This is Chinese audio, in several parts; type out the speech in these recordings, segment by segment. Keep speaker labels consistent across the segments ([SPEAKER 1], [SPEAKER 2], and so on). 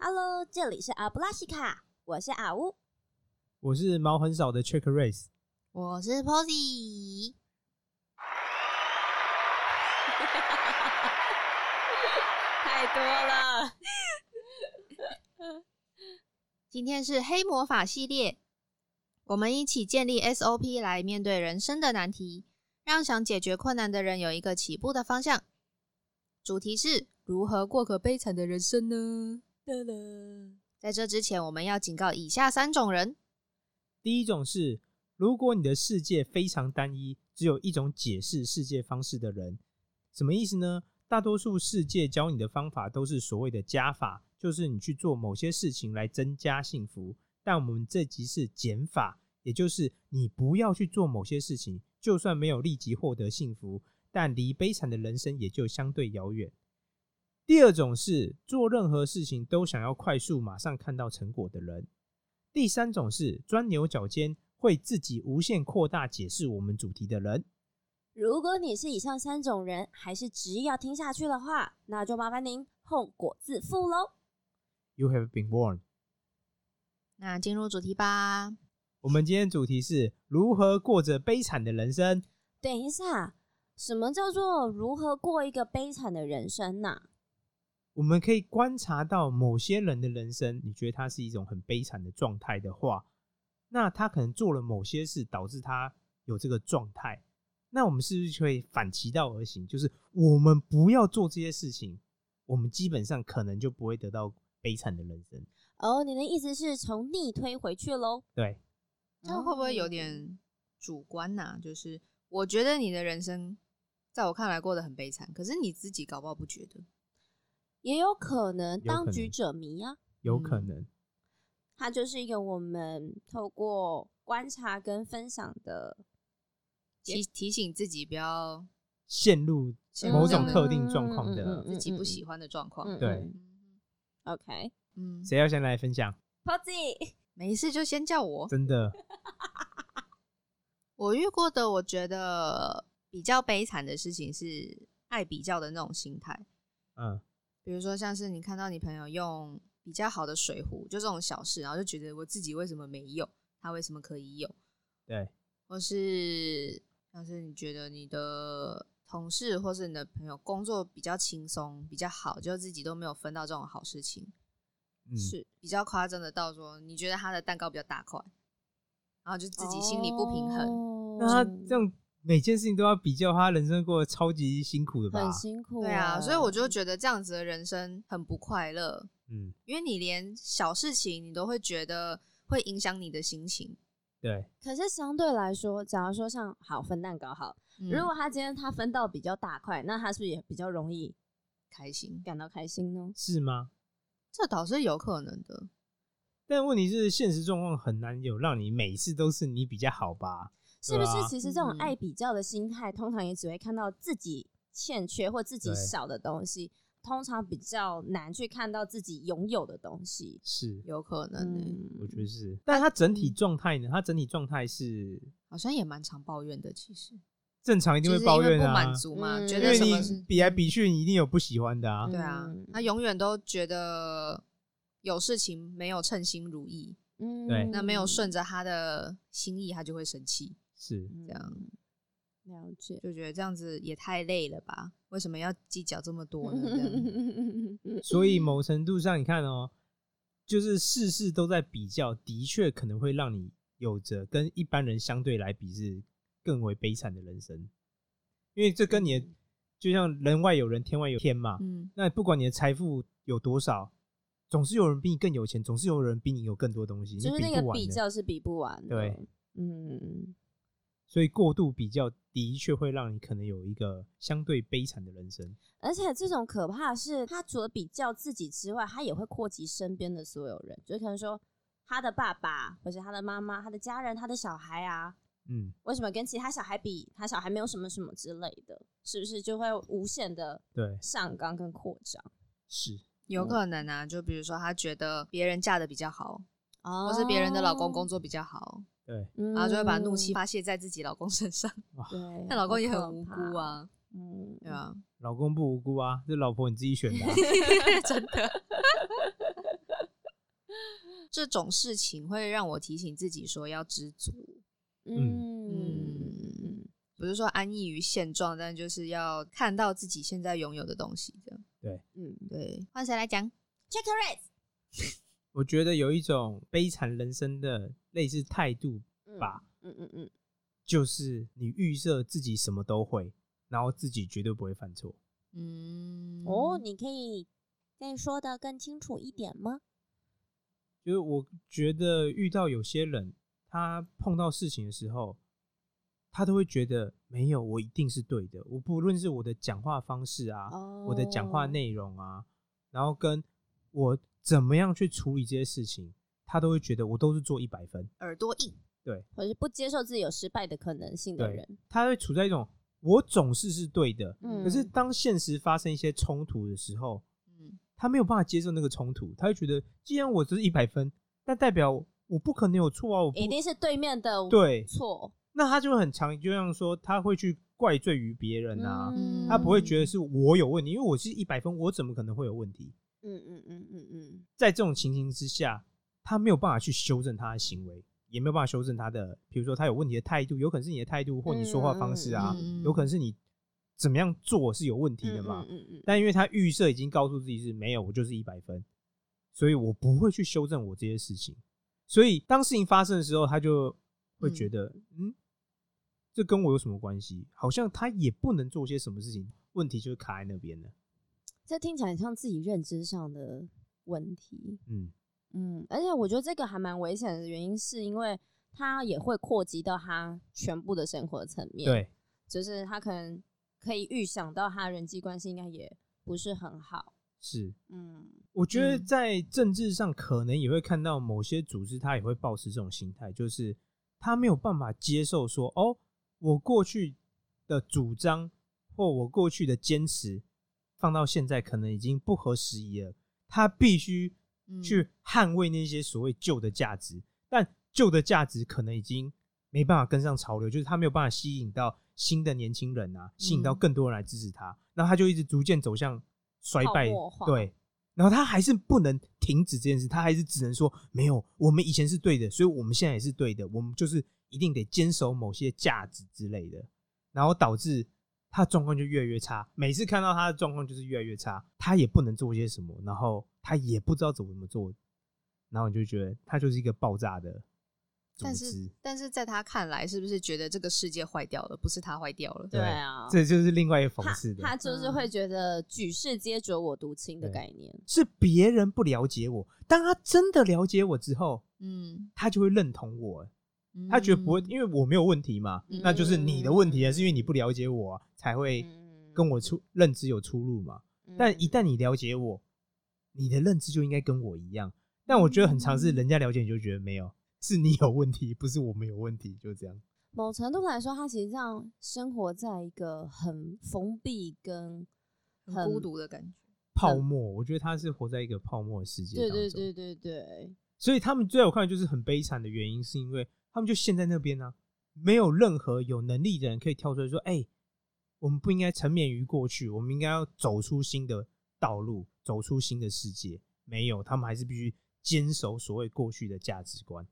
[SPEAKER 1] Hello，这里是阿布拉西卡，我是阿乌。
[SPEAKER 2] 我是毛很少的 Check Race，
[SPEAKER 3] 我是 Posy，
[SPEAKER 1] 太多了，
[SPEAKER 3] 今天是黑魔法系列，我们一起建立 SOP 来面对人生的难题，让想解决困难的人有一个起步的方向。主题是如何过个悲惨的人生呢？
[SPEAKER 1] 乐乐，
[SPEAKER 3] 在这之前，我们要警告以下三种人：
[SPEAKER 2] 第一种是，如果你的世界非常单一，只有一种解释世界方式的人，什么意思呢？大多数世界教你的方法都是所谓的加法，就是你去做某些事情来增加幸福。但我们这集是减法，也就是你不要去做某些事情，就算没有立即获得幸福，但离悲惨的人生也就相对遥远。第二种是做任何事情都想要快速马上看到成果的人。第三种是钻牛角尖，会自己无限扩大解释我们主题的人。
[SPEAKER 1] 如果你是以上三种人，还是执意要听下去的话，那就麻烦您后果自负喽。
[SPEAKER 2] You have been warned。
[SPEAKER 3] 那进入主题吧。
[SPEAKER 2] 我们今天主题是如何过着悲惨的人生。
[SPEAKER 1] 等一下，什么叫做如何过一个悲惨的人生呢、
[SPEAKER 2] 我们可以观察到某些人的人生，你觉得他是一种很悲惨的状态的话，那他可能做了某些事，导致他有这个状态。那我们是不是可以反其道而行？就是我们不要做这些事情，我们基本上可能就不会得到悲惨的人生。
[SPEAKER 1] 哦，你的意思是从逆推回去喽？
[SPEAKER 2] 对，
[SPEAKER 3] 那会不会有点主观呐、就是我觉得你的人生，在我看来过得很悲惨，可是你自己搞不好不觉得。
[SPEAKER 1] 也有可能
[SPEAKER 2] 有可能
[SPEAKER 1] 当局者迷啊，
[SPEAKER 2] 有可能。
[SPEAKER 1] 它就是一个我们透过观察跟分享
[SPEAKER 3] 嗯
[SPEAKER 1] 的
[SPEAKER 3] 提提醒自己不要
[SPEAKER 2] 陷入
[SPEAKER 3] 陷
[SPEAKER 2] 某
[SPEAKER 3] 入
[SPEAKER 2] 种
[SPEAKER 3] 这样
[SPEAKER 2] 特
[SPEAKER 1] 的
[SPEAKER 2] 定状况
[SPEAKER 1] 嗯嗯嗯
[SPEAKER 2] 的。
[SPEAKER 3] 自己不喜欢的状况。
[SPEAKER 1] 嗯
[SPEAKER 2] 对
[SPEAKER 3] 嗯
[SPEAKER 1] OK，
[SPEAKER 3] 嗯，
[SPEAKER 2] 谁要先来分享？
[SPEAKER 1] Posy，
[SPEAKER 3] 没事就先叫我。
[SPEAKER 2] 真的，
[SPEAKER 3] 我遇过的，我觉得比较悲惨的事情是爱比较的那种心态。
[SPEAKER 2] 嗯，
[SPEAKER 3] 比如说，像是你看到你朋友用比较好的水壶，就这种小事，然后就觉得我自己为什么没有，他为什么可以有，
[SPEAKER 2] 对，
[SPEAKER 3] 或是像是你觉得你的同事或是你的朋友工作比较轻松、比较好，就自己都没有分到这种好事情，
[SPEAKER 2] 嗯，
[SPEAKER 3] 是比较夸张的到说，你觉得他的蛋糕比较大块，然后就自己心里不平衡。
[SPEAKER 1] 衡
[SPEAKER 2] 那他这样每件事情都要比较，他人生过得超级辛苦的吧
[SPEAKER 1] 很？辛苦、
[SPEAKER 3] 对啊，所以我就觉得这样子的人生很不快乐，
[SPEAKER 2] 嗯，
[SPEAKER 3] 因为你连小事情你都会觉得会影响你的心情。
[SPEAKER 2] 对，
[SPEAKER 1] 可是相对来说，假如说像好分蛋糕好，
[SPEAKER 3] 嗯
[SPEAKER 1] 如果他今天他分到比较大块，那他是不是也比较容易
[SPEAKER 3] 开心，
[SPEAKER 1] 感到开心呢？
[SPEAKER 2] 是吗？
[SPEAKER 3] 这倒是有可能的。
[SPEAKER 2] 但问题是，现实状况很难有让你每次都是你比较好吧？
[SPEAKER 1] 是不是
[SPEAKER 2] 对？啊
[SPEAKER 1] 其实这种
[SPEAKER 3] 嗯
[SPEAKER 1] 爱比较的心态，通常也只会看到自己欠缺或自己
[SPEAKER 2] 对
[SPEAKER 1] 少的东西，通常比较难去看到自己拥有的东西。
[SPEAKER 2] 是，
[SPEAKER 3] 有嗯可能、欸，
[SPEAKER 2] 我
[SPEAKER 1] 嗯，
[SPEAKER 2] 觉得是。但他整体状态呢？他整体状态是
[SPEAKER 3] 好像也蛮常抱怨的。其实，
[SPEAKER 2] 正常一定
[SPEAKER 3] 就
[SPEAKER 2] 会
[SPEAKER 3] 是
[SPEAKER 2] 抱
[SPEAKER 3] 因为
[SPEAKER 2] 怨
[SPEAKER 3] 不
[SPEAKER 2] 啊
[SPEAKER 3] 满，足嘛，
[SPEAKER 1] 嗯
[SPEAKER 3] 觉
[SPEAKER 2] 因
[SPEAKER 3] 得
[SPEAKER 2] 为
[SPEAKER 3] 什么
[SPEAKER 2] 你
[SPEAKER 3] 事，
[SPEAKER 2] 比来比去，你一定有不喜欢的啊
[SPEAKER 1] 嗯。
[SPEAKER 3] 对啊
[SPEAKER 1] 嗯，
[SPEAKER 3] 他永远都觉得有事情没有称心如意，
[SPEAKER 1] 嗯
[SPEAKER 2] 对
[SPEAKER 3] 那没有顺着他的心意，他就会生气，
[SPEAKER 2] 是，
[SPEAKER 1] 这
[SPEAKER 3] 这样
[SPEAKER 1] 嗯了解。
[SPEAKER 3] 就觉得这样子也太累了吧？为什么要计较这么多呢？这 样
[SPEAKER 2] 所
[SPEAKER 3] 嗯
[SPEAKER 2] 以某程度上，你看哦，就是事事都在比较，的确可能会让你有着跟一般人相对来比是更为悲惨的人生，因为这跟你的就像人外有人，天外有天嘛。
[SPEAKER 3] 嗯，
[SPEAKER 2] 那不管你的财富有多少，总是有人比你更有钱，总是有人比你有更多东西，你
[SPEAKER 1] 就是那
[SPEAKER 2] 比不
[SPEAKER 1] 个
[SPEAKER 2] 完
[SPEAKER 1] 比
[SPEAKER 2] 的。
[SPEAKER 1] 较是比不完的。
[SPEAKER 2] 对，
[SPEAKER 1] 嗯，
[SPEAKER 2] 所以过度比较的确会让你可能有一个相对悲惨的人生。
[SPEAKER 1] 而且这种可怕的是，他除了比较自己之外，他也会扩及身边的所有人，就可能说他的爸爸，或者他的妈妈、他的家人、他的小孩啊，
[SPEAKER 2] 嗯，
[SPEAKER 1] 为什么跟其他小孩比，他小孩没有什么什么之类的，是不是就会无限的
[SPEAKER 2] 对，
[SPEAKER 1] 上纲跟扩张？
[SPEAKER 2] 是，
[SPEAKER 3] 有可能啊。就比如说，他觉得别人嫁的比较好，
[SPEAKER 1] 哦
[SPEAKER 3] 或是别人的老公工，作比较好，
[SPEAKER 2] 对，
[SPEAKER 1] 然
[SPEAKER 3] 然后就会把怒
[SPEAKER 1] 哦
[SPEAKER 3] 气，发泄在自己老公身上。
[SPEAKER 1] 嗯对，
[SPEAKER 3] 但老公也
[SPEAKER 1] 好
[SPEAKER 3] 很
[SPEAKER 1] 可
[SPEAKER 3] 无
[SPEAKER 1] 怕
[SPEAKER 3] 辜，啊，
[SPEAKER 1] 嗯，
[SPEAKER 3] 对啊，
[SPEAKER 2] 老公不无辜啊，这老婆你自己选的啊、
[SPEAKER 3] 真的。这种事情会让我提醒自己说要知足，
[SPEAKER 1] 嗯
[SPEAKER 3] 嗯，不是说安逸于现状，但就是要看到自己现在拥有的东西。这样
[SPEAKER 1] 嗯
[SPEAKER 3] 对，换谁来讲？
[SPEAKER 1] ，check race，
[SPEAKER 2] 我觉得有一种悲惨人生的类似态度
[SPEAKER 1] 嗯
[SPEAKER 2] 吧，
[SPEAKER 1] 嗯嗯嗯，
[SPEAKER 2] 就是你预设自己什么都会，然后自己绝对不会犯错。
[SPEAKER 3] 嗯，
[SPEAKER 1] 哦，你可以再说的更清楚一点吗？
[SPEAKER 2] 就是我觉得遇到有些人，他碰到事情的时候，他都会觉得没有我一定是对的。我不论是我的讲话方式啊，
[SPEAKER 1] 哦
[SPEAKER 2] 我的讲话内容啊，然后跟我怎么样去处理这些事情，他都会觉得我都是做一百分。
[SPEAKER 3] 耳朵硬，
[SPEAKER 1] 或者是不接受自己有失败的可能性的
[SPEAKER 2] 对
[SPEAKER 1] 人，
[SPEAKER 2] 他会处在一种我总是是对的，
[SPEAKER 1] 嗯
[SPEAKER 2] 可是当现实发生一些冲突的时候，
[SPEAKER 3] 嗯，
[SPEAKER 2] 他没有办法接受那个冲突，他会觉得既然我只是一百分，那代表我不可能有错啊，我不
[SPEAKER 1] 一定是对面的
[SPEAKER 2] 对。
[SPEAKER 1] 错，
[SPEAKER 2] 那他就会很强，就像说他会去怪罪于别人啊，
[SPEAKER 1] 嗯
[SPEAKER 2] 他不会觉得是我有问题，因为我是一百分，我怎么可能会有问题？
[SPEAKER 1] 嗯嗯嗯嗯嗯，
[SPEAKER 2] 在这种情形之下，他没有办法去修正他的行为，也没有办法修正他的，比如说他有问题的态度，有可能是你的态度或你说话方式啊，
[SPEAKER 3] 嗯嗯嗯
[SPEAKER 2] 有可能是你怎么样做是有问题的嘛。
[SPEAKER 1] 嗯嗯嗯嗯
[SPEAKER 2] 但因为他预设已经告诉自己是没有，我就是一百分，所以我不会去修正我这些事情。所以当事情发生的时候，他就会觉得，嗯这跟我有什么关系？好像他也不能做些什么事情，问题就是卡在那边了。
[SPEAKER 1] 这听起来很像自己认知上的问题，
[SPEAKER 2] 嗯，
[SPEAKER 1] 嗯，而且我觉得这个还蛮危险的原因，是因为它也会扩及到他全部的生活层面，，
[SPEAKER 2] 对，
[SPEAKER 1] 就是他可能可以预想到他人际关系应该也不是很好，
[SPEAKER 2] 是。
[SPEAKER 1] 嗯
[SPEAKER 2] 我觉得
[SPEAKER 3] 嗯
[SPEAKER 2] 在政治上可能也会看到某些组织，他也会保持这种心态，就是他没有办法接受说，哦，我过去的主张或我过去的坚持，放到现在可能已经不合时宜了，他必须
[SPEAKER 3] 嗯
[SPEAKER 2] 去捍卫那些所谓旧的价值，但旧的价值可能已经没办法跟上潮流，就是他没有办法吸引到新的年轻人啊，吸引到
[SPEAKER 3] 嗯
[SPEAKER 2] 更多人来支持他，然后他就一直逐渐走向衰败
[SPEAKER 1] 泡沫，化
[SPEAKER 2] 对。然后他还是不能停止这件事，他还是只能说没有，我们以前是对的，所以我们现在也是对的，我们就是一定得坚守某些价值之类的，然后导致他的状况就越来越差。每次看到他的状况就是越来越差，他也不能做些什么，然后他也不知道怎么做，然后你就觉得他就是一个爆炸的组
[SPEAKER 3] 但是
[SPEAKER 2] 织，
[SPEAKER 3] 但是在他看来，是不是觉得这个世界坏掉了，不是他坏掉了？
[SPEAKER 1] 对啊，
[SPEAKER 2] 这就是另外一个讽
[SPEAKER 1] 他
[SPEAKER 2] 刺的，
[SPEAKER 1] 他就是会觉得举世皆浊我独清的
[SPEAKER 2] 对
[SPEAKER 1] 概念，
[SPEAKER 2] 是别人不了解我，当他真的了解我之后，
[SPEAKER 3] 嗯，
[SPEAKER 2] 他就会认同我。他觉得不会，因为我没有问题嘛，
[SPEAKER 3] 嗯
[SPEAKER 2] 那就是你的问题啊，是因为你不了解我啊、才会
[SPEAKER 1] 嗯
[SPEAKER 2] 跟我出认知有出入嘛。但一旦你了解我，你的认知就应该跟我一样。但我觉得很常
[SPEAKER 1] 嗯
[SPEAKER 2] 是人家了解你就觉得没有，是你有问题，不是我们有问题，就这样。
[SPEAKER 1] 某程度来说，他其实这样生活在一个很封闭跟
[SPEAKER 3] 很孤独的感觉。
[SPEAKER 2] 泡沫，我觉得他是活在一个泡沫的世界当
[SPEAKER 1] 嗯对
[SPEAKER 2] 中。
[SPEAKER 1] 对对对对，
[SPEAKER 2] 所以他们最我看来就是很悲惨的原因，是因为他们就陷在那边呢、没有任何有能力的人可以跳出来说：“哎、我们不应该沉湎于过去，我们应该要走出新的道路，走出新的世界。”没有，他们还是必须坚守所谓过去的价值观，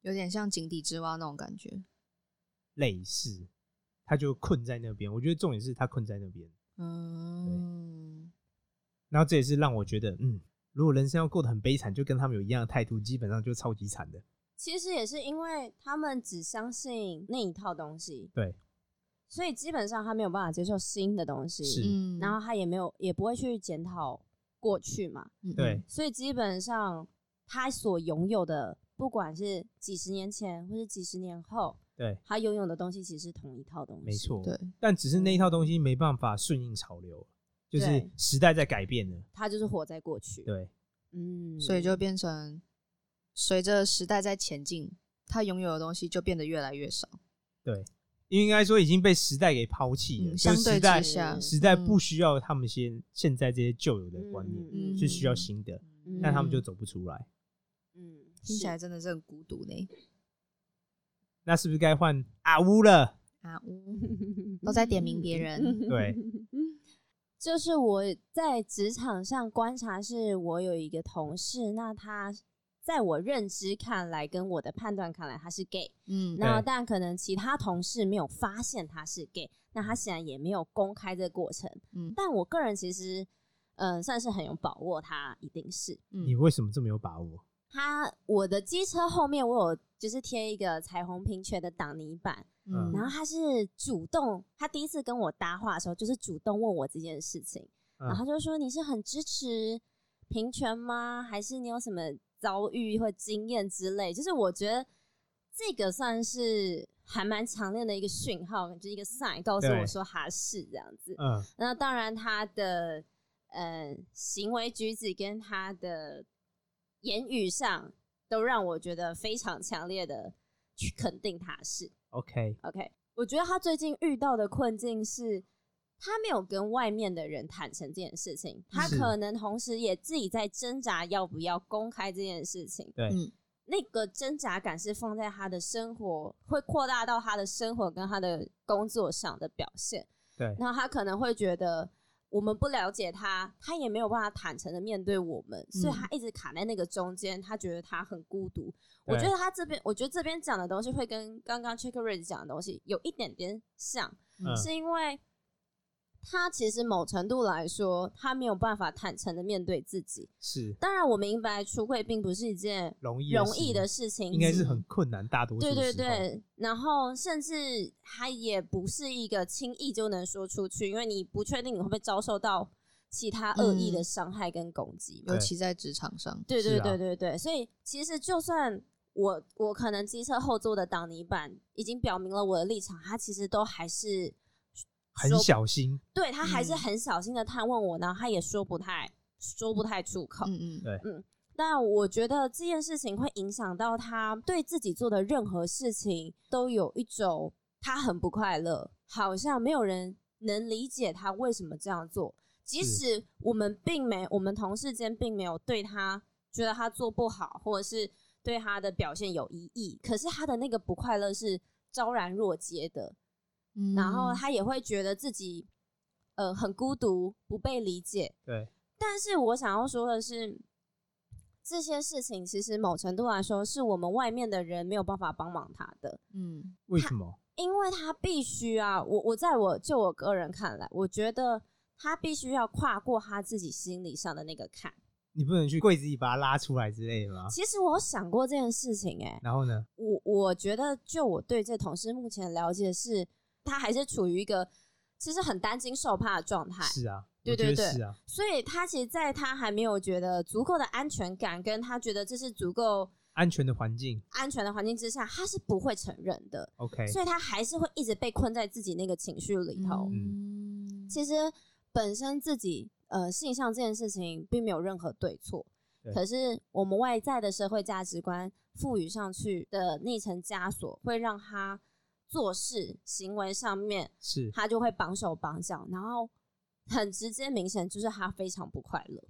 [SPEAKER 3] 有点像井底之蛙那种感觉。
[SPEAKER 2] 类似，他就困在那边。我觉得重点是他困在那边，
[SPEAKER 3] 嗯，
[SPEAKER 2] 然后这也是让我觉得，嗯，如果人生要过得很悲惨，就跟他们有一样的态度，基本上就超级惨的。
[SPEAKER 1] 其实也是因为他们只相信那一套东西，
[SPEAKER 2] 对，
[SPEAKER 1] 所以基本上他没有办法接受新的东西，
[SPEAKER 2] 是
[SPEAKER 3] 嗯
[SPEAKER 1] 然后他也没有也不会去检讨过去嘛，
[SPEAKER 3] 嗯
[SPEAKER 2] 对，
[SPEAKER 1] 所以基本上他所拥有的，不管是几十年前或是几十年后，
[SPEAKER 2] 对，
[SPEAKER 1] 他拥有的东西其实是同一套东西，
[SPEAKER 2] 没，错。
[SPEAKER 3] 对，嗯
[SPEAKER 2] 但只是那一套东西没办法顺应潮流，就是
[SPEAKER 1] 对
[SPEAKER 2] 时代在改变了。
[SPEAKER 1] 他就是活在过去，
[SPEAKER 2] 对，
[SPEAKER 1] 嗯，
[SPEAKER 3] 所以就变成随着时代在前进，他拥有的东西就变得越来越少。
[SPEAKER 2] 应该说已经被时代给抛弃了。
[SPEAKER 3] 嗯，
[SPEAKER 2] 就
[SPEAKER 3] 相
[SPEAKER 2] 是时
[SPEAKER 3] 对
[SPEAKER 2] 代
[SPEAKER 3] 之下，
[SPEAKER 2] 时代
[SPEAKER 3] 嗯
[SPEAKER 2] 不需要他们先现在这些旧有的观念，
[SPEAKER 1] 嗯
[SPEAKER 2] 是需要新的，
[SPEAKER 1] 嗯
[SPEAKER 2] 但他们就走不出来。
[SPEAKER 1] 嗯，
[SPEAKER 3] 听起
[SPEAKER 1] 是
[SPEAKER 3] 来真的是很孤独呢。
[SPEAKER 2] 那是不是该换阿乌了？
[SPEAKER 3] 啊呜， 都在
[SPEAKER 1] 嗯
[SPEAKER 3] 点名别人。
[SPEAKER 2] 对，
[SPEAKER 1] 就是我在职场上观察，是我有一个同事，那他在我认知看来跟我的判断看来，他是 gay。
[SPEAKER 3] 嗯
[SPEAKER 1] 那
[SPEAKER 2] 对
[SPEAKER 1] 但可能其他同事没有发现他是 gay，那他显然也没有公开这个过程。
[SPEAKER 3] 嗯
[SPEAKER 1] 但我个人其实，呃，算是很有把握，他一定是
[SPEAKER 3] 嗯
[SPEAKER 2] 你为什么这么有把握？
[SPEAKER 1] 他。我的机车后面我有就是贴一个彩虹平权的挡泥板，
[SPEAKER 2] 嗯
[SPEAKER 1] 然后他是主动，他第一次跟我搭话的时候，就是主动问我这件事情，
[SPEAKER 2] 嗯
[SPEAKER 1] 然后他就说你是很支持平权吗？还是你有什么遭遇或经验之类？就是我觉得这个算是还蛮强烈的一个讯号，就是一个 sign 告诉
[SPEAKER 2] 对
[SPEAKER 1] 我说他是这样子。
[SPEAKER 2] 嗯，
[SPEAKER 1] 那当然，他的呃行为举止跟他的言语上，都让我觉得非常强烈的去肯定他是。
[SPEAKER 2] OK，
[SPEAKER 1] OK，我觉得他最近遇到的困境是，他没有跟外面的人坦诚这件事情，他
[SPEAKER 2] 是
[SPEAKER 1] 可能同时也自己在挣扎要不要公开这件事情。
[SPEAKER 2] 对
[SPEAKER 3] 嗯
[SPEAKER 1] 那个挣扎感是放在他的生活，会扩大到他的生活跟他的工作上的表现。
[SPEAKER 2] 对，
[SPEAKER 1] 然后他可能会觉得我们不了解他，他也没有办法坦诚的面对我们，所以
[SPEAKER 2] 嗯
[SPEAKER 1] 他一直卡在那个中间，他觉得他很孤独。我
[SPEAKER 2] 对
[SPEAKER 1] 觉得他这边，我觉得这边讲的东西会跟刚刚 Check Red 讲的东西有一点点像，
[SPEAKER 2] 嗯
[SPEAKER 1] 是因为他其实某程度来说，他没有办法坦诚的面对自己。
[SPEAKER 2] 是
[SPEAKER 1] 当然，我明白出柜并不是一件
[SPEAKER 2] 容易
[SPEAKER 1] 容易的事
[SPEAKER 2] 事，
[SPEAKER 1] 情，
[SPEAKER 2] 应该是很困难，大多数
[SPEAKER 1] 对对
[SPEAKER 2] 时候，
[SPEAKER 1] 对，然后甚至他也不是一个轻易就能说出去，因为你不确定你会不会遭受到其他恶意的
[SPEAKER 3] 嗯
[SPEAKER 1] 伤害跟攻击嘛。
[SPEAKER 3] 尤其在职场上，
[SPEAKER 1] 对
[SPEAKER 2] 是
[SPEAKER 1] 对
[SPEAKER 2] 啊
[SPEAKER 1] 对对对，所以其实就算我我可能机车后座的挡泥板已经表明了我的立场，他其实都还是
[SPEAKER 2] 很
[SPEAKER 1] 说
[SPEAKER 2] 小心，
[SPEAKER 1] 对他还是
[SPEAKER 3] 嗯
[SPEAKER 1] 很小心的探问我，然后他也说不太说不太出口。
[SPEAKER 3] 嗯嗯，
[SPEAKER 1] 但我觉得这件事情会影响到他对自己做的任何事情都有一种他很不快乐，好像没有人能理解他为什么这样做。即
[SPEAKER 2] 是
[SPEAKER 1] 使我们并没，我们同事间并没有对他觉得他做不好，或者是对他的表现有疑义，可是他的那个不快乐是昭然若揭的。
[SPEAKER 3] 嗯
[SPEAKER 1] 然后他也会觉得自己呃很孤独，不被理解。
[SPEAKER 2] 对，
[SPEAKER 1] 但是我想要说的是，这些事情其实某程度来说，是我们外面的人没有办法帮忙他的，
[SPEAKER 3] 嗯
[SPEAKER 2] 为什么？
[SPEAKER 1] 因为他必须啊，我我在我就我个人看来，我觉得他必须要跨过他自己心理上的那个坎。
[SPEAKER 2] 你不能去柜子里把它拉出来之类的吗？
[SPEAKER 1] 其实我有想过这件事情、欸，
[SPEAKER 2] 然后呢？
[SPEAKER 1] 我我觉得，就我对这同事目前的了解是，他还是处于一个其实很担惊受怕的状态。
[SPEAKER 2] 是啊，
[SPEAKER 1] 哎对
[SPEAKER 2] 我觉
[SPEAKER 1] 对
[SPEAKER 2] 得
[SPEAKER 1] 对
[SPEAKER 2] 是啊，
[SPEAKER 1] 所以他其实，在他还没有觉得足够的安全感，跟他觉得这是足够
[SPEAKER 2] 安全的环境
[SPEAKER 1] 安全的环境之下，他是不会承认的，
[SPEAKER 2] ，OK，
[SPEAKER 1] 所以他还是会一直被困在自己那个情绪里头。
[SPEAKER 3] 嗯
[SPEAKER 1] 其实本身自己呃性向这件事情并没有任何对错，
[SPEAKER 2] 对
[SPEAKER 1] 可是我们外在的社会价值观赋予上去的那层枷锁，会让他做事行为上面
[SPEAKER 2] 是
[SPEAKER 1] 他就会绑手绑脚，然后很直接明显就是他非常不快乐。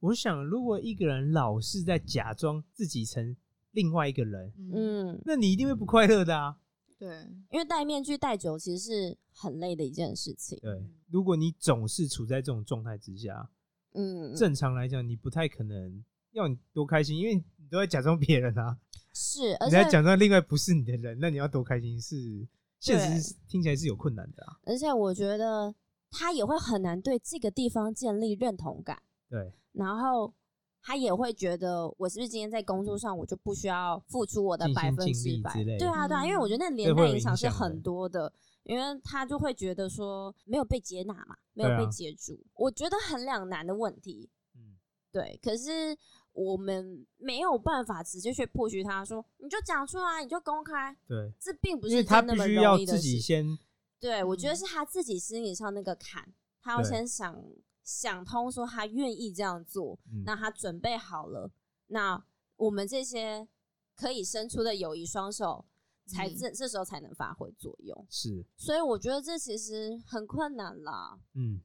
[SPEAKER 2] 我想，如果一个人老是在假装自己成另外一个人，
[SPEAKER 3] 嗯
[SPEAKER 1] 嗯，
[SPEAKER 2] 那你一定会不快乐的啊。
[SPEAKER 3] 对，
[SPEAKER 1] 因为戴面具戴久其实是很累的一件事情。
[SPEAKER 2] 对，如果你总是处在这种状态之下，
[SPEAKER 1] 嗯，
[SPEAKER 2] 正常来讲，你不太可能要你多开心，因为你都在假装别人啊，
[SPEAKER 1] 是，而
[SPEAKER 2] 你
[SPEAKER 1] 且
[SPEAKER 2] 在假装另外不是你的人， 那你要多开心是现
[SPEAKER 1] 对
[SPEAKER 2] 实听起来是有困难的啊。
[SPEAKER 1] 而且我觉得他也会很难对这个地方建立认同感，
[SPEAKER 2] 对，
[SPEAKER 1] 然后他也会觉得我是不是今天在工作上我就不需要付出我的
[SPEAKER 2] 尽
[SPEAKER 1] 百
[SPEAKER 2] 心
[SPEAKER 1] 分
[SPEAKER 2] 尽
[SPEAKER 1] 之
[SPEAKER 2] 力
[SPEAKER 1] 百
[SPEAKER 2] 之类？的嗯
[SPEAKER 1] 对啊，对啊，因为我觉得那连
[SPEAKER 2] 会
[SPEAKER 1] 带
[SPEAKER 2] 有
[SPEAKER 1] 影响
[SPEAKER 2] 影
[SPEAKER 1] 是
[SPEAKER 2] 响的
[SPEAKER 1] 很多的。因为他就会觉得说没有被接纳嘛，没
[SPEAKER 2] 对
[SPEAKER 1] 有
[SPEAKER 2] 啊
[SPEAKER 1] 被接住，我觉得很两难的问题。
[SPEAKER 2] 嗯，
[SPEAKER 1] 对，可是我们没有办法直接去迫许他说，你就讲出来，你就公开，
[SPEAKER 2] 对，
[SPEAKER 1] 这并不
[SPEAKER 2] 因为
[SPEAKER 1] 是
[SPEAKER 2] 他
[SPEAKER 1] 真
[SPEAKER 2] 必
[SPEAKER 1] 那么
[SPEAKER 2] 须要
[SPEAKER 1] 容易的
[SPEAKER 2] 自己
[SPEAKER 1] 事。
[SPEAKER 2] 先
[SPEAKER 1] 对，我觉得
[SPEAKER 3] 嗯
[SPEAKER 1] 是他自己心理上那个坎，他要
[SPEAKER 2] 对
[SPEAKER 1] 先想想通，说他愿意这样做，
[SPEAKER 2] 嗯
[SPEAKER 1] 那他准备好了，那我们这些可以伸出的友谊双手，才
[SPEAKER 3] 嗯
[SPEAKER 1] 这、这时候才能发挥作用。
[SPEAKER 2] 是
[SPEAKER 1] 所以我觉得这其实很困难啦。
[SPEAKER 2] 嗯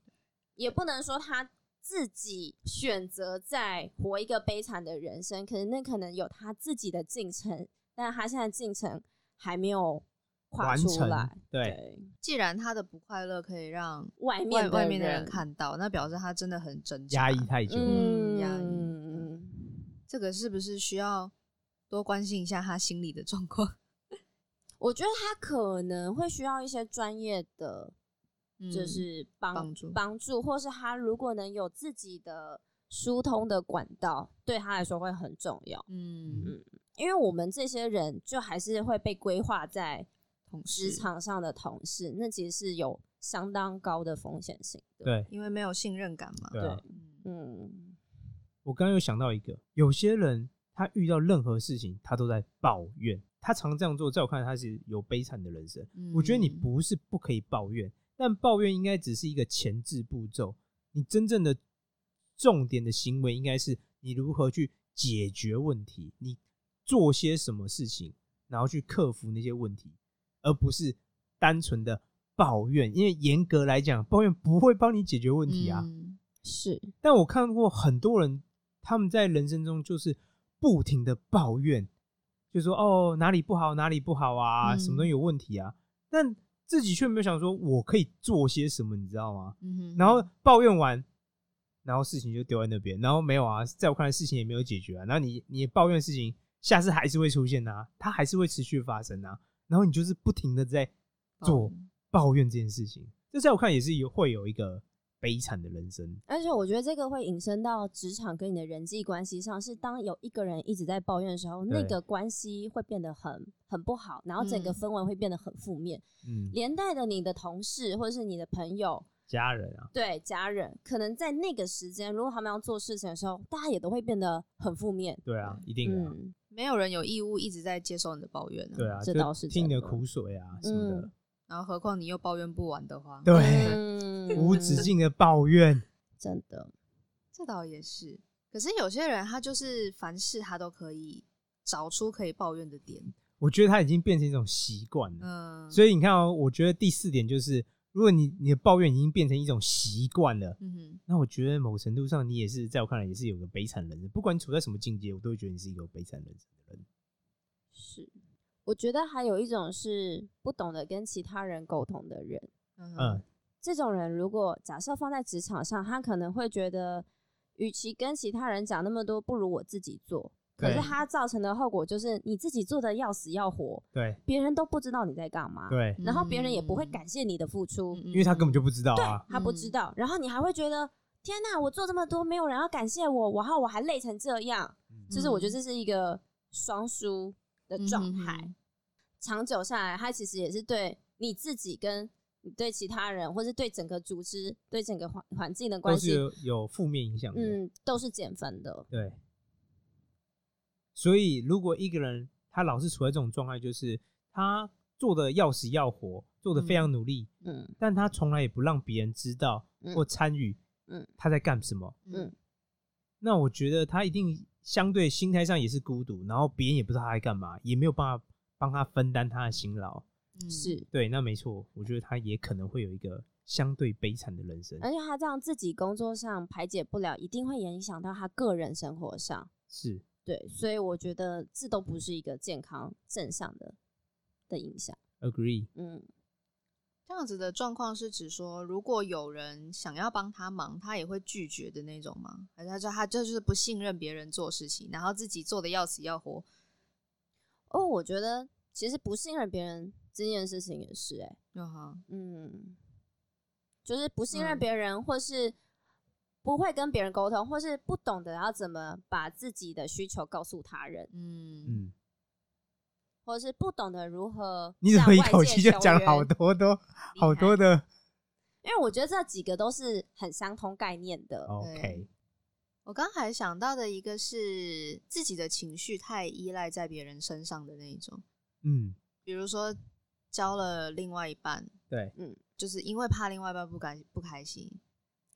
[SPEAKER 1] 也不能说他自己选择在活一个悲惨的人生，可是那可能有他自己的进程，但他现在进程还没有跨
[SPEAKER 2] 完
[SPEAKER 1] 出
[SPEAKER 2] 成
[SPEAKER 1] 来。
[SPEAKER 2] 对
[SPEAKER 3] 既然他的不快乐可以让
[SPEAKER 1] 外面
[SPEAKER 3] 外
[SPEAKER 1] 的
[SPEAKER 3] 外面的
[SPEAKER 1] 人
[SPEAKER 3] 人，看到，那表示他真的很挣
[SPEAKER 2] 压
[SPEAKER 3] 扎，
[SPEAKER 2] 抑太久了，
[SPEAKER 1] 嗯，
[SPEAKER 3] 嗯压抑这个是不是需要多关心一下他心理的状况？
[SPEAKER 1] 我觉得他可能会需要一些专业的，
[SPEAKER 3] 嗯
[SPEAKER 1] 就是帮
[SPEAKER 3] 帮助
[SPEAKER 1] 帮助，或是他如果能有自己的疏通的管道，对他来说会很重要。
[SPEAKER 3] 嗯，
[SPEAKER 1] 因为我们这些人就还是会被规划在
[SPEAKER 3] 同事
[SPEAKER 1] 职，场上的同事，那其实是有相当高的风险性的。，
[SPEAKER 2] 对
[SPEAKER 3] 因为没有信任感嘛。
[SPEAKER 2] 对啊。
[SPEAKER 3] 嗯
[SPEAKER 1] 嗯，
[SPEAKER 2] 我刚刚又想到一个，有些人他遇到任何事情，他都在抱怨，他常这样做，在我看来，他是有悲惨的人生。我觉得你
[SPEAKER 3] 嗯
[SPEAKER 2] 不是不可以抱怨，但抱怨应该只是一个前置步骤，你真正的重点的行为应该是你如何去解决问题，你做些什么事情，然后去克服那些问题，而不是单纯的抱怨。因为严格来讲，抱怨不会帮你解决问题啊。
[SPEAKER 3] 嗯
[SPEAKER 1] 是
[SPEAKER 2] 但我看过很多人，他们在人生中就是不停的抱怨，就说哦哪里不好哪里不好啊，
[SPEAKER 3] 嗯
[SPEAKER 2] 什么东西有问题啊，但自己却没有想说我可以做些什么，你知道吗？
[SPEAKER 3] 嗯哼
[SPEAKER 2] 然后抱怨完，然后事情就丢在那边，然后没有啊，在我看来事情也没有解决啊，然后你你抱怨的事情，下次还是会出现啊，它还是会持续发生啊，然后你就是不停的在做抱怨这件事情，这在我看来也是有会有一个悲惨的人生。
[SPEAKER 1] 而且我觉得这个会引申到职场跟你的人际关系上，是当有一个人一直在抱怨的时候，那
[SPEAKER 2] 对
[SPEAKER 1] 个关系会变得很很不好，然后整个
[SPEAKER 3] 嗯
[SPEAKER 1] 氛围会变得很负面，
[SPEAKER 2] 嗯，
[SPEAKER 1] 连带的你的同事或者是你的朋友、
[SPEAKER 2] 家人啊，
[SPEAKER 1] 对家人，可能在那个时间，如果他们要做事情的时候，大家也都会变得很负面。
[SPEAKER 2] 对啊，一定的啊，
[SPEAKER 1] 嗯，
[SPEAKER 3] 没有人有义务一直在接受你的抱怨啊。
[SPEAKER 2] 对啊，
[SPEAKER 1] 这
[SPEAKER 2] 就
[SPEAKER 1] 倒是
[SPEAKER 2] 听你的
[SPEAKER 1] 真的
[SPEAKER 2] 苦水啊什么的，
[SPEAKER 3] 然后何况你又抱怨不完的话，
[SPEAKER 2] 对，
[SPEAKER 1] 嗯
[SPEAKER 2] 无止，境的抱怨，
[SPEAKER 1] 真的，
[SPEAKER 3] 这倒也是。可是有些人他就是凡事他都可以找出可以抱怨的点，
[SPEAKER 2] 我觉得它已经变成一种习惯了。
[SPEAKER 3] 嗯，
[SPEAKER 2] 所
[SPEAKER 3] 以
[SPEAKER 2] 以你看哦，我觉得第四点就是，如果你你的抱怨已经变成一种习惯了，
[SPEAKER 3] 嗯哼，
[SPEAKER 2] 那我觉得某程度上你也是，在我看来也是有个悲惨人生。不管你处在什么境界，我都会觉得你是一个有悲惨人生的人。
[SPEAKER 1] 是。我觉得还有一种是不懂得跟其他人沟通的人。
[SPEAKER 3] 嗯
[SPEAKER 2] 嗯
[SPEAKER 3] 哼，
[SPEAKER 1] 这种人如果假设放在职场上，他可能会觉得，与其跟其他人讲那么多，不如我自己做。可是
[SPEAKER 2] 对
[SPEAKER 1] 他造成的后果就是你自己做的要死要活，
[SPEAKER 2] 对
[SPEAKER 1] 别人都不知道你在干嘛，
[SPEAKER 2] 对，
[SPEAKER 1] 然后别人也不会
[SPEAKER 3] 嗯
[SPEAKER 1] 感谢你的付出，
[SPEAKER 3] 嗯
[SPEAKER 2] 因为他根本
[SPEAKER 3] 就
[SPEAKER 2] 就不知道啊。
[SPEAKER 1] 他不知道，然后你还会觉得天哪，我做这么多，没有人要感谢我，然后我还累成这样，
[SPEAKER 2] 嗯
[SPEAKER 1] 就是我觉得这是一个双输的状
[SPEAKER 2] 嗯
[SPEAKER 1] 态。长久下来，它其实也是对你自己、跟你对其他人，或是对整个组织、对整个环环境的
[SPEAKER 2] 都
[SPEAKER 1] 关
[SPEAKER 2] 是
[SPEAKER 1] 系，
[SPEAKER 2] 有有负面影响的。
[SPEAKER 1] 嗯，都是减分的。
[SPEAKER 2] 对，所以如果一个人他老是处在这种状态，就是他做的要死要活，做的非常努力，
[SPEAKER 1] 嗯
[SPEAKER 2] 但他从来也不让别人知道
[SPEAKER 1] 嗯
[SPEAKER 2] 或参与，
[SPEAKER 1] 嗯，
[SPEAKER 2] 他在干什么。
[SPEAKER 1] 嗯，
[SPEAKER 2] 那我觉得他一定相对心态上也是孤独，然后别人也不知道他在干嘛，也没有办法帮他分担他的辛劳。
[SPEAKER 3] 嗯
[SPEAKER 1] 是，
[SPEAKER 2] 对，那没错，我觉得他也可能会有一个相对悲惨的人生。
[SPEAKER 1] 而且他这样自己工作上排解不了，一定会影响到他个人生活上。
[SPEAKER 2] 是，
[SPEAKER 1] 对，所以我觉得这都不是一个健康正向的的影响。
[SPEAKER 2] agree，
[SPEAKER 1] 嗯，
[SPEAKER 3] 这样子的状况是指说，如果有人想要帮他忙，他也会拒绝的那种吗？还是他说他就是不信任别人做事情，然后自己做的要死要活？
[SPEAKER 1] 哦，我觉得其实不信任别人这件事情也是、欸，
[SPEAKER 3] 嗯哼，
[SPEAKER 1] 嗯，就是不信任
[SPEAKER 3] 嗯
[SPEAKER 1] 别人，或是不会跟别人沟通，或是不懂得要怎么把自己的需求告诉他人，
[SPEAKER 3] 嗯
[SPEAKER 2] 嗯，
[SPEAKER 1] 或是不懂得如何
[SPEAKER 2] 你怎么
[SPEAKER 1] 向
[SPEAKER 2] 一
[SPEAKER 1] 外
[SPEAKER 2] 口
[SPEAKER 1] 界
[SPEAKER 2] 气就
[SPEAKER 1] 求
[SPEAKER 2] 讲好
[SPEAKER 1] 援？
[SPEAKER 2] 多多好
[SPEAKER 3] 厉害
[SPEAKER 2] 多的
[SPEAKER 1] 因为我觉得这几个都是很相通概念的。
[SPEAKER 2] 哦？OK，
[SPEAKER 3] 我刚才想到的一个是自己的情绪太依赖在别人身上的那一种，
[SPEAKER 2] 嗯，
[SPEAKER 3] 比如说交了另外一半，嗯
[SPEAKER 2] 对。
[SPEAKER 3] 就是因为怕另外一半不感不开心，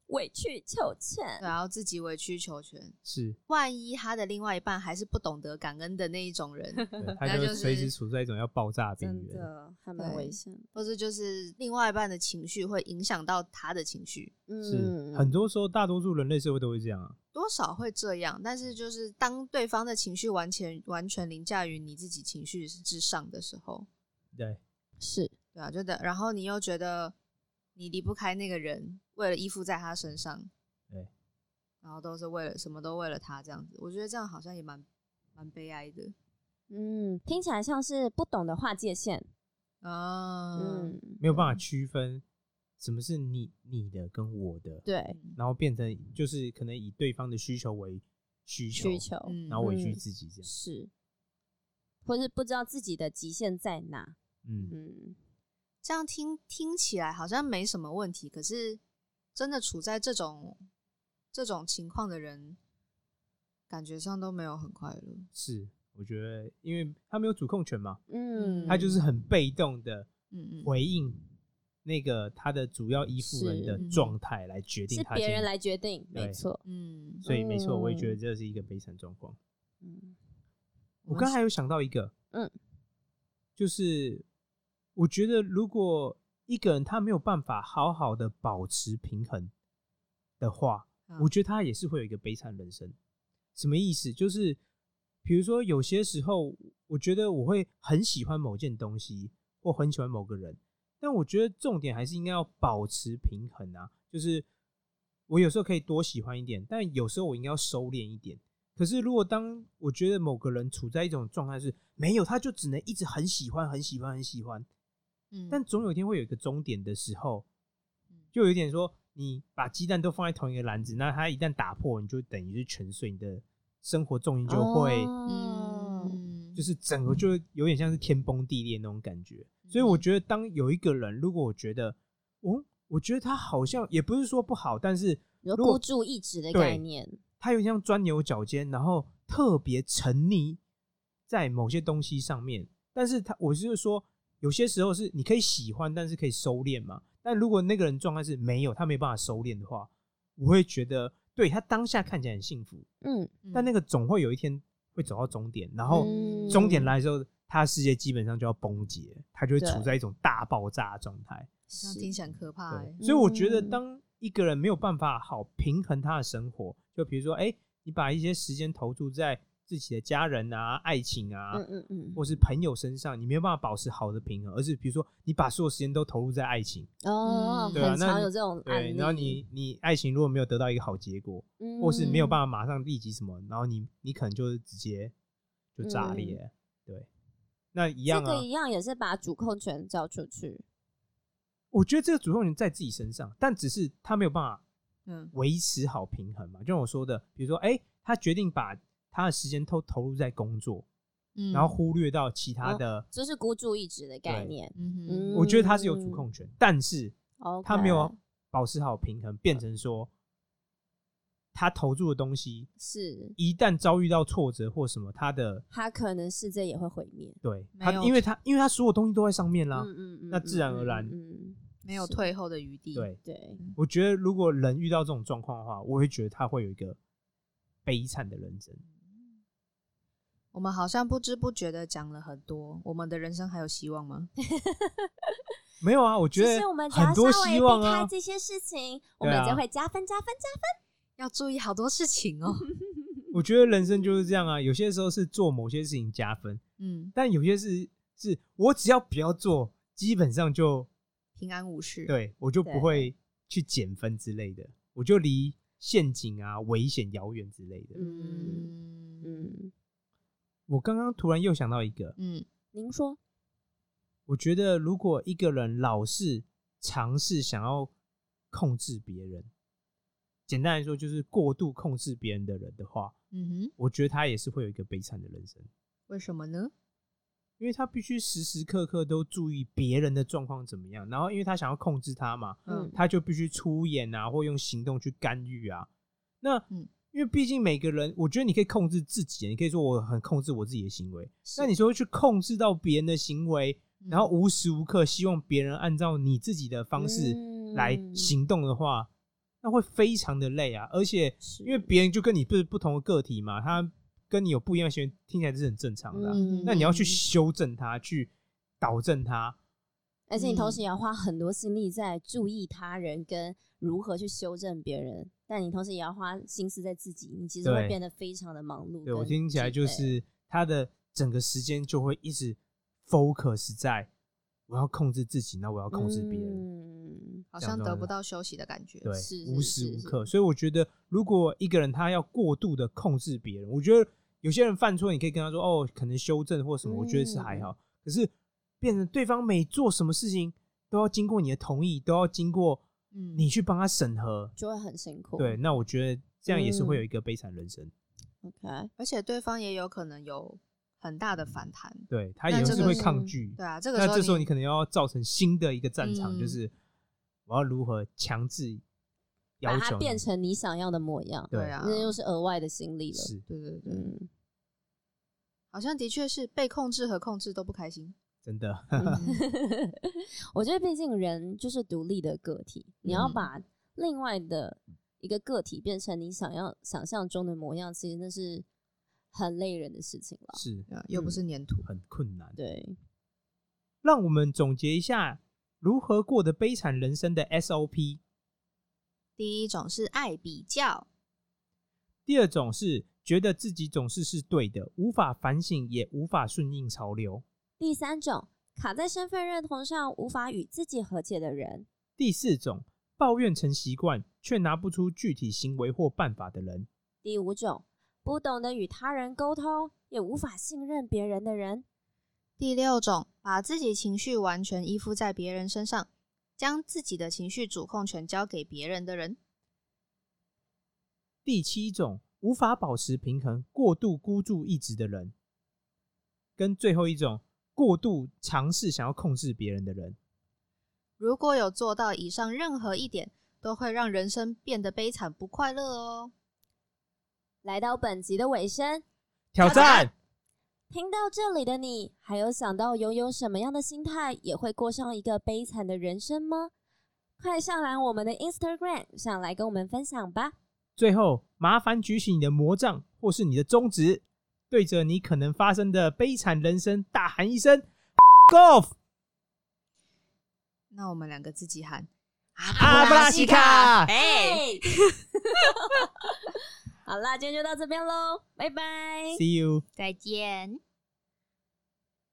[SPEAKER 1] 委曲求全，
[SPEAKER 3] 然后自己委曲求全。
[SPEAKER 2] 是，
[SPEAKER 3] 万一他的另外一半还是不懂得感恩的那一 种人，
[SPEAKER 2] 对他
[SPEAKER 3] 那
[SPEAKER 2] 就
[SPEAKER 3] 就
[SPEAKER 2] 随
[SPEAKER 3] 是
[SPEAKER 2] 时处在一种要爆炸的边
[SPEAKER 1] 真
[SPEAKER 2] 缘。
[SPEAKER 1] 的还蛮
[SPEAKER 3] 对
[SPEAKER 1] 危险的。
[SPEAKER 3] 或是就是另外一半的情绪会影响到他的情绪，
[SPEAKER 2] 是
[SPEAKER 1] 嗯，
[SPEAKER 2] 很多时候，大多数人类社会都会这样啊。
[SPEAKER 3] 多少会这样。但是就是当对方的情绪完全完全凌驾于你自己情绪之上的时候，
[SPEAKER 2] 对，
[SPEAKER 1] 是
[SPEAKER 3] 对啊，就等，然后你又觉得你离不开那个人，为了依附在他身上，
[SPEAKER 2] 对，
[SPEAKER 3] 然然后都是为了什么都为了他这样子，我觉得这样好像也蛮蛮悲哀的
[SPEAKER 1] 嗯，听起来像是不懂得划界限。
[SPEAKER 3] 啊。
[SPEAKER 1] 嗯，
[SPEAKER 2] 没有办法区分什么是你你的跟我的，
[SPEAKER 1] 对，
[SPEAKER 3] 嗯
[SPEAKER 2] 然后变成就是可能以对方的需求为需求，
[SPEAKER 1] 需求
[SPEAKER 3] 嗯，
[SPEAKER 2] 然后委屈
[SPEAKER 1] 嗯
[SPEAKER 2] 自己这样。
[SPEAKER 1] 是，或是不知道自己的极限在哪。
[SPEAKER 2] 嗯，
[SPEAKER 1] 嗯，
[SPEAKER 3] 这样听听起来好像没什么问题，可是真的处在这种这种情况的人，感觉上都没有很快乐。
[SPEAKER 2] 是，我觉得因为他没有主控权嘛，
[SPEAKER 1] 嗯，
[SPEAKER 2] 他就是很被动的
[SPEAKER 3] 嗯嗯，
[SPEAKER 2] 回应那个他的主要依附人的
[SPEAKER 3] 是
[SPEAKER 2] 状态来决
[SPEAKER 1] 嗯
[SPEAKER 2] 定
[SPEAKER 1] 是
[SPEAKER 2] 他
[SPEAKER 1] 别
[SPEAKER 2] 今
[SPEAKER 1] 人
[SPEAKER 2] 天
[SPEAKER 1] 来决定，没
[SPEAKER 2] 对
[SPEAKER 1] 错。
[SPEAKER 3] 嗯，
[SPEAKER 2] 所以没错，我也觉得
[SPEAKER 1] 嗯
[SPEAKER 2] 这是一个悲惨状况。
[SPEAKER 1] 嗯，
[SPEAKER 2] 我刚才有想到一个，
[SPEAKER 1] 嗯，
[SPEAKER 2] 就是我觉得如果一个人他没有办法好好的保持平衡的话，
[SPEAKER 3] 嗯
[SPEAKER 2] 我觉得他也是会有一个悲惨人生。什么意思？就是比如说有些时候，我觉得我会很喜欢某件东西，或很喜欢某个人，但我觉得重点还是应该要保持平衡啊。就是我有时候可以多喜欢一点，但有时候我应该要收敛一点。可是，如果当我觉得某个人处在一种状态是没有，他就只能一直很喜欢、很喜欢、很喜欢，
[SPEAKER 3] 嗯
[SPEAKER 2] 但总有一天会有一个终点的时候
[SPEAKER 3] 嗯，
[SPEAKER 2] 就有一点说，你把鸡蛋都放在同一个篮子，那它一旦打破，你就等于是全碎，你的生活重心就会、
[SPEAKER 1] 哦
[SPEAKER 3] 嗯
[SPEAKER 2] 就是整个就有点像是天崩地裂那种感觉。
[SPEAKER 3] 嗯
[SPEAKER 2] 所以我觉得，当有一个人，如果我觉得，哦，我觉得他好像也不是说不好，但是
[SPEAKER 1] 有
[SPEAKER 2] 如果
[SPEAKER 1] 孤注一掷的
[SPEAKER 2] 对
[SPEAKER 1] 概念。
[SPEAKER 2] 他有点像钻牛角尖，然后特别沉溺在某些东西上面。但是他，我就是说，有些时候是你可以喜欢，但是可以收敛嘛。但如果那个人状态是没有，他没办法收敛的话，我会觉得，对他当下看起来很幸福，
[SPEAKER 1] 嗯，
[SPEAKER 2] 但那
[SPEAKER 3] 个
[SPEAKER 2] 个总会有一天会走到终点，然后
[SPEAKER 1] 嗯
[SPEAKER 2] 终点来的时候，他的世界基本上就要崩解，他就会
[SPEAKER 1] 对
[SPEAKER 2] 处在一种大爆炸的状态。
[SPEAKER 3] 这样听起来很可怕哎
[SPEAKER 2] 对，。所以我觉得，
[SPEAKER 1] 嗯
[SPEAKER 2] 当一个人没有办法好平衡他的生活，就比如说，哎、你把一些时间投注在自己的家人啊、爱情啊，
[SPEAKER 1] 嗯嗯嗯，
[SPEAKER 2] 或是朋友身上，你没有办法保持好的平衡，而是比如说，你把所有时间都投入在爱情，
[SPEAKER 1] 哦，
[SPEAKER 3] 嗯
[SPEAKER 2] 对啊
[SPEAKER 1] 很
[SPEAKER 2] 那
[SPEAKER 1] 常
[SPEAKER 2] 你
[SPEAKER 1] 有这种案
[SPEAKER 2] 对，
[SPEAKER 1] 例，
[SPEAKER 2] 然后你你爱情如果没有得到一个好结果，或是
[SPEAKER 1] 嗯
[SPEAKER 2] 没有办法马上立即什么，然后你你可能就是直接就炸裂，对，那一样
[SPEAKER 1] 嗯这
[SPEAKER 2] 啊，
[SPEAKER 1] 个一样也是把主控权交出去。
[SPEAKER 2] 我觉得这个主动权在自己身上，但只是他没有办法
[SPEAKER 3] 嗯
[SPEAKER 2] 维持好平衡嘛。就像我说的，比如说，哎、他决定把他的时间都投入在工作，
[SPEAKER 3] 嗯，
[SPEAKER 2] 然后忽略到其他的。
[SPEAKER 1] 就是孤注一掷的概
[SPEAKER 2] 对
[SPEAKER 1] 念。
[SPEAKER 3] 嗯哼
[SPEAKER 1] 嗯
[SPEAKER 2] 我觉得他是有主控权，但是
[SPEAKER 1] OK，
[SPEAKER 2] 他没有保持好平衡，变成说他投注的东西
[SPEAKER 1] 是，
[SPEAKER 2] 一旦遭遇到挫折或什么，他的
[SPEAKER 1] 他可能世界也会毁灭。
[SPEAKER 2] 对
[SPEAKER 3] 没
[SPEAKER 2] 他，
[SPEAKER 3] 有
[SPEAKER 2] 因为他因为他所有东西都在上面啦。
[SPEAKER 1] 嗯嗯嗯，
[SPEAKER 2] 那自然而
[SPEAKER 1] 嗯
[SPEAKER 2] 然
[SPEAKER 1] 嗯，嗯
[SPEAKER 3] 没有退后的余地。
[SPEAKER 2] 对，
[SPEAKER 1] 对，
[SPEAKER 2] 我觉得如果人遇到这种状况的话，我会觉得他会有一个悲惨的人生。
[SPEAKER 3] 我们好像不知不觉的讲了很多，我们的人生还有希望吗？
[SPEAKER 2] 没有啊，我觉
[SPEAKER 1] 其
[SPEAKER 2] 得
[SPEAKER 1] 实我们只要稍
[SPEAKER 2] 很多
[SPEAKER 1] 微
[SPEAKER 2] 希望
[SPEAKER 1] 避
[SPEAKER 2] 啊
[SPEAKER 1] 开。这些事情，我
[SPEAKER 2] 对
[SPEAKER 1] 们
[SPEAKER 2] 啊
[SPEAKER 1] 就会加分加分加分。
[SPEAKER 3] 要注意好多事情 哦。
[SPEAKER 2] 我觉得人生就是这样啊，有些时候是做某些事情加分，
[SPEAKER 3] 嗯，
[SPEAKER 2] 但有些事是我只要不要做，基本上就
[SPEAKER 3] 平安无事。，
[SPEAKER 2] 对我就不
[SPEAKER 1] 对
[SPEAKER 2] 会去减分之类的，我就离陷阱啊、危险遥远之类的。
[SPEAKER 1] 嗯
[SPEAKER 3] 嗯
[SPEAKER 1] 嗯，
[SPEAKER 2] 我刚刚突然又想到一个，
[SPEAKER 3] 嗯
[SPEAKER 1] 您说，
[SPEAKER 2] 我觉得如果一个人老是尝试想要控制别人，简单来说就是过度控制别人的人的话，
[SPEAKER 3] 嗯哼，
[SPEAKER 2] 我觉得他也是会有一个悲惨的人生。
[SPEAKER 3] 为什么呢？
[SPEAKER 2] 因为他必须时时刻刻都注意别人的状况怎么样，然后因为他想要控制他嘛，
[SPEAKER 1] 嗯
[SPEAKER 3] 嗯，
[SPEAKER 2] 他就必须出演啊，或用行动去干预啊。那
[SPEAKER 3] 嗯
[SPEAKER 2] 因为毕竟每个人，我觉得你可以控制自己，你可以说我很控制我自己的行为，
[SPEAKER 3] 是
[SPEAKER 2] 那你说去控制到别人的行为，
[SPEAKER 3] 嗯
[SPEAKER 2] 然后无时无刻希望别人按照你自己的方式
[SPEAKER 1] 嗯
[SPEAKER 2] 来行动的话，那会非常的累啊，而且。
[SPEAKER 1] 是
[SPEAKER 2] 因为别人就跟你不是不同的个体嘛，他跟你有不一样的行为，听起来这是很正常的啊、
[SPEAKER 1] 嗯
[SPEAKER 2] 那你要去
[SPEAKER 3] 嗯
[SPEAKER 2] 修正它，去导正它。
[SPEAKER 1] 而且你同
[SPEAKER 3] 嗯
[SPEAKER 1] 时也要花很多心力在注意他人跟如何去修正别人，但你同时也要花心思在自己，你其实会
[SPEAKER 2] 对
[SPEAKER 1] 变得非常的忙碌。
[SPEAKER 2] 对我听起来就，是他的整个时间就会一直 focus 在我要控制自己，那我要控制别人，
[SPEAKER 1] 人，
[SPEAKER 3] 好
[SPEAKER 2] 讲
[SPEAKER 3] 像
[SPEAKER 2] 到
[SPEAKER 3] 得
[SPEAKER 2] 了
[SPEAKER 3] 不到休息的感觉。
[SPEAKER 2] 对
[SPEAKER 1] 嗯是，是
[SPEAKER 2] 无时
[SPEAKER 1] 是
[SPEAKER 2] 无
[SPEAKER 1] 是
[SPEAKER 2] 刻。所以我觉得，如果一个人他要过度的控制别人，我觉得有些人犯错，你可以跟他说哦，可能修正或什么，我觉得是还
[SPEAKER 1] 嗯
[SPEAKER 2] 好。可是变成对方每做什么事情都要经过你的同意，都要经过
[SPEAKER 3] 嗯，
[SPEAKER 2] 你去帮他审核，
[SPEAKER 1] 就会很辛苦。
[SPEAKER 2] 对，那我觉得这样也是会有
[SPEAKER 1] 嗯
[SPEAKER 2] 一个悲惨人生。
[SPEAKER 1] ，OK，
[SPEAKER 3] 而且对方也有可能有很大的反弹。
[SPEAKER 2] 对他
[SPEAKER 3] 那
[SPEAKER 2] 也
[SPEAKER 3] 这
[SPEAKER 2] 是
[SPEAKER 3] 个
[SPEAKER 2] 会
[SPEAKER 1] 是
[SPEAKER 2] 抗拒。
[SPEAKER 3] 对啊，这个
[SPEAKER 2] 那这时
[SPEAKER 3] 时
[SPEAKER 2] 候
[SPEAKER 3] 候
[SPEAKER 2] 你
[SPEAKER 3] 你
[SPEAKER 2] 可能要造成新的一个战场，就
[SPEAKER 3] 嗯
[SPEAKER 2] 是我要如何强制要
[SPEAKER 1] 把
[SPEAKER 2] 求
[SPEAKER 1] 它
[SPEAKER 2] 你
[SPEAKER 1] 变成你想要的模样，
[SPEAKER 2] 对
[SPEAKER 3] 对啊，
[SPEAKER 1] 那又是额外的心力了。
[SPEAKER 2] 是
[SPEAKER 3] 对对对，
[SPEAKER 1] 嗯，
[SPEAKER 3] 好像的确是被控制和控制都不开 心。
[SPEAKER 2] 真的。
[SPEAKER 1] 我觉得毕竟人就是独立的个体，你要
[SPEAKER 3] 嗯
[SPEAKER 1] 把另外的一个个体变成你想要想象中的模样，其实那是很累人的事情了。
[SPEAKER 2] 是嗯
[SPEAKER 3] 对啊又不是粘土。
[SPEAKER 2] 很困难。
[SPEAKER 1] 对，
[SPEAKER 2] 让我们总结一下如何过得悲惨人生的 SOP。
[SPEAKER 3] 第一种是爱比较，
[SPEAKER 2] 第二种是觉得自己总是是对的，无法反省，也无法顺应潮流。
[SPEAKER 1] 第三种，卡在身份认同上无法与自己和解的人。
[SPEAKER 2] 第四种，抱怨成习惯，却拿不出具体行为或办法的人。
[SPEAKER 1] 第五种，不懂得与他人沟通，也无法信任别人的人。
[SPEAKER 3] 第六种把自己情绪完全依附在别人身上，将自己的情绪主控权交给别人的人。
[SPEAKER 2] 第七种，无法保持平衡，过度孤注一掷的人。跟最后一种，过度尝试想要控制别人的人。
[SPEAKER 3] 如果有做到以上任何一点，都会让人生变得悲惨不快乐哦。
[SPEAKER 1] 来到本集的尾声，
[SPEAKER 2] 挑战，
[SPEAKER 1] 听到这里的你，还有想到拥有什么样的心态，也会过上一个悲惨的人生吗？快上来我们的 Instagram 上来跟我们分享吧。
[SPEAKER 2] 最后，麻烦举起你的魔杖或是你的中指，对着你可能发生的悲惨人生大喊一声 “Golf
[SPEAKER 3] 那我们两个自己喊
[SPEAKER 2] 阿布拉西卡
[SPEAKER 3] 哎。
[SPEAKER 1] 好啦，今天就到这边喽，拜拜。
[SPEAKER 2] ”，See you。
[SPEAKER 3] 再见。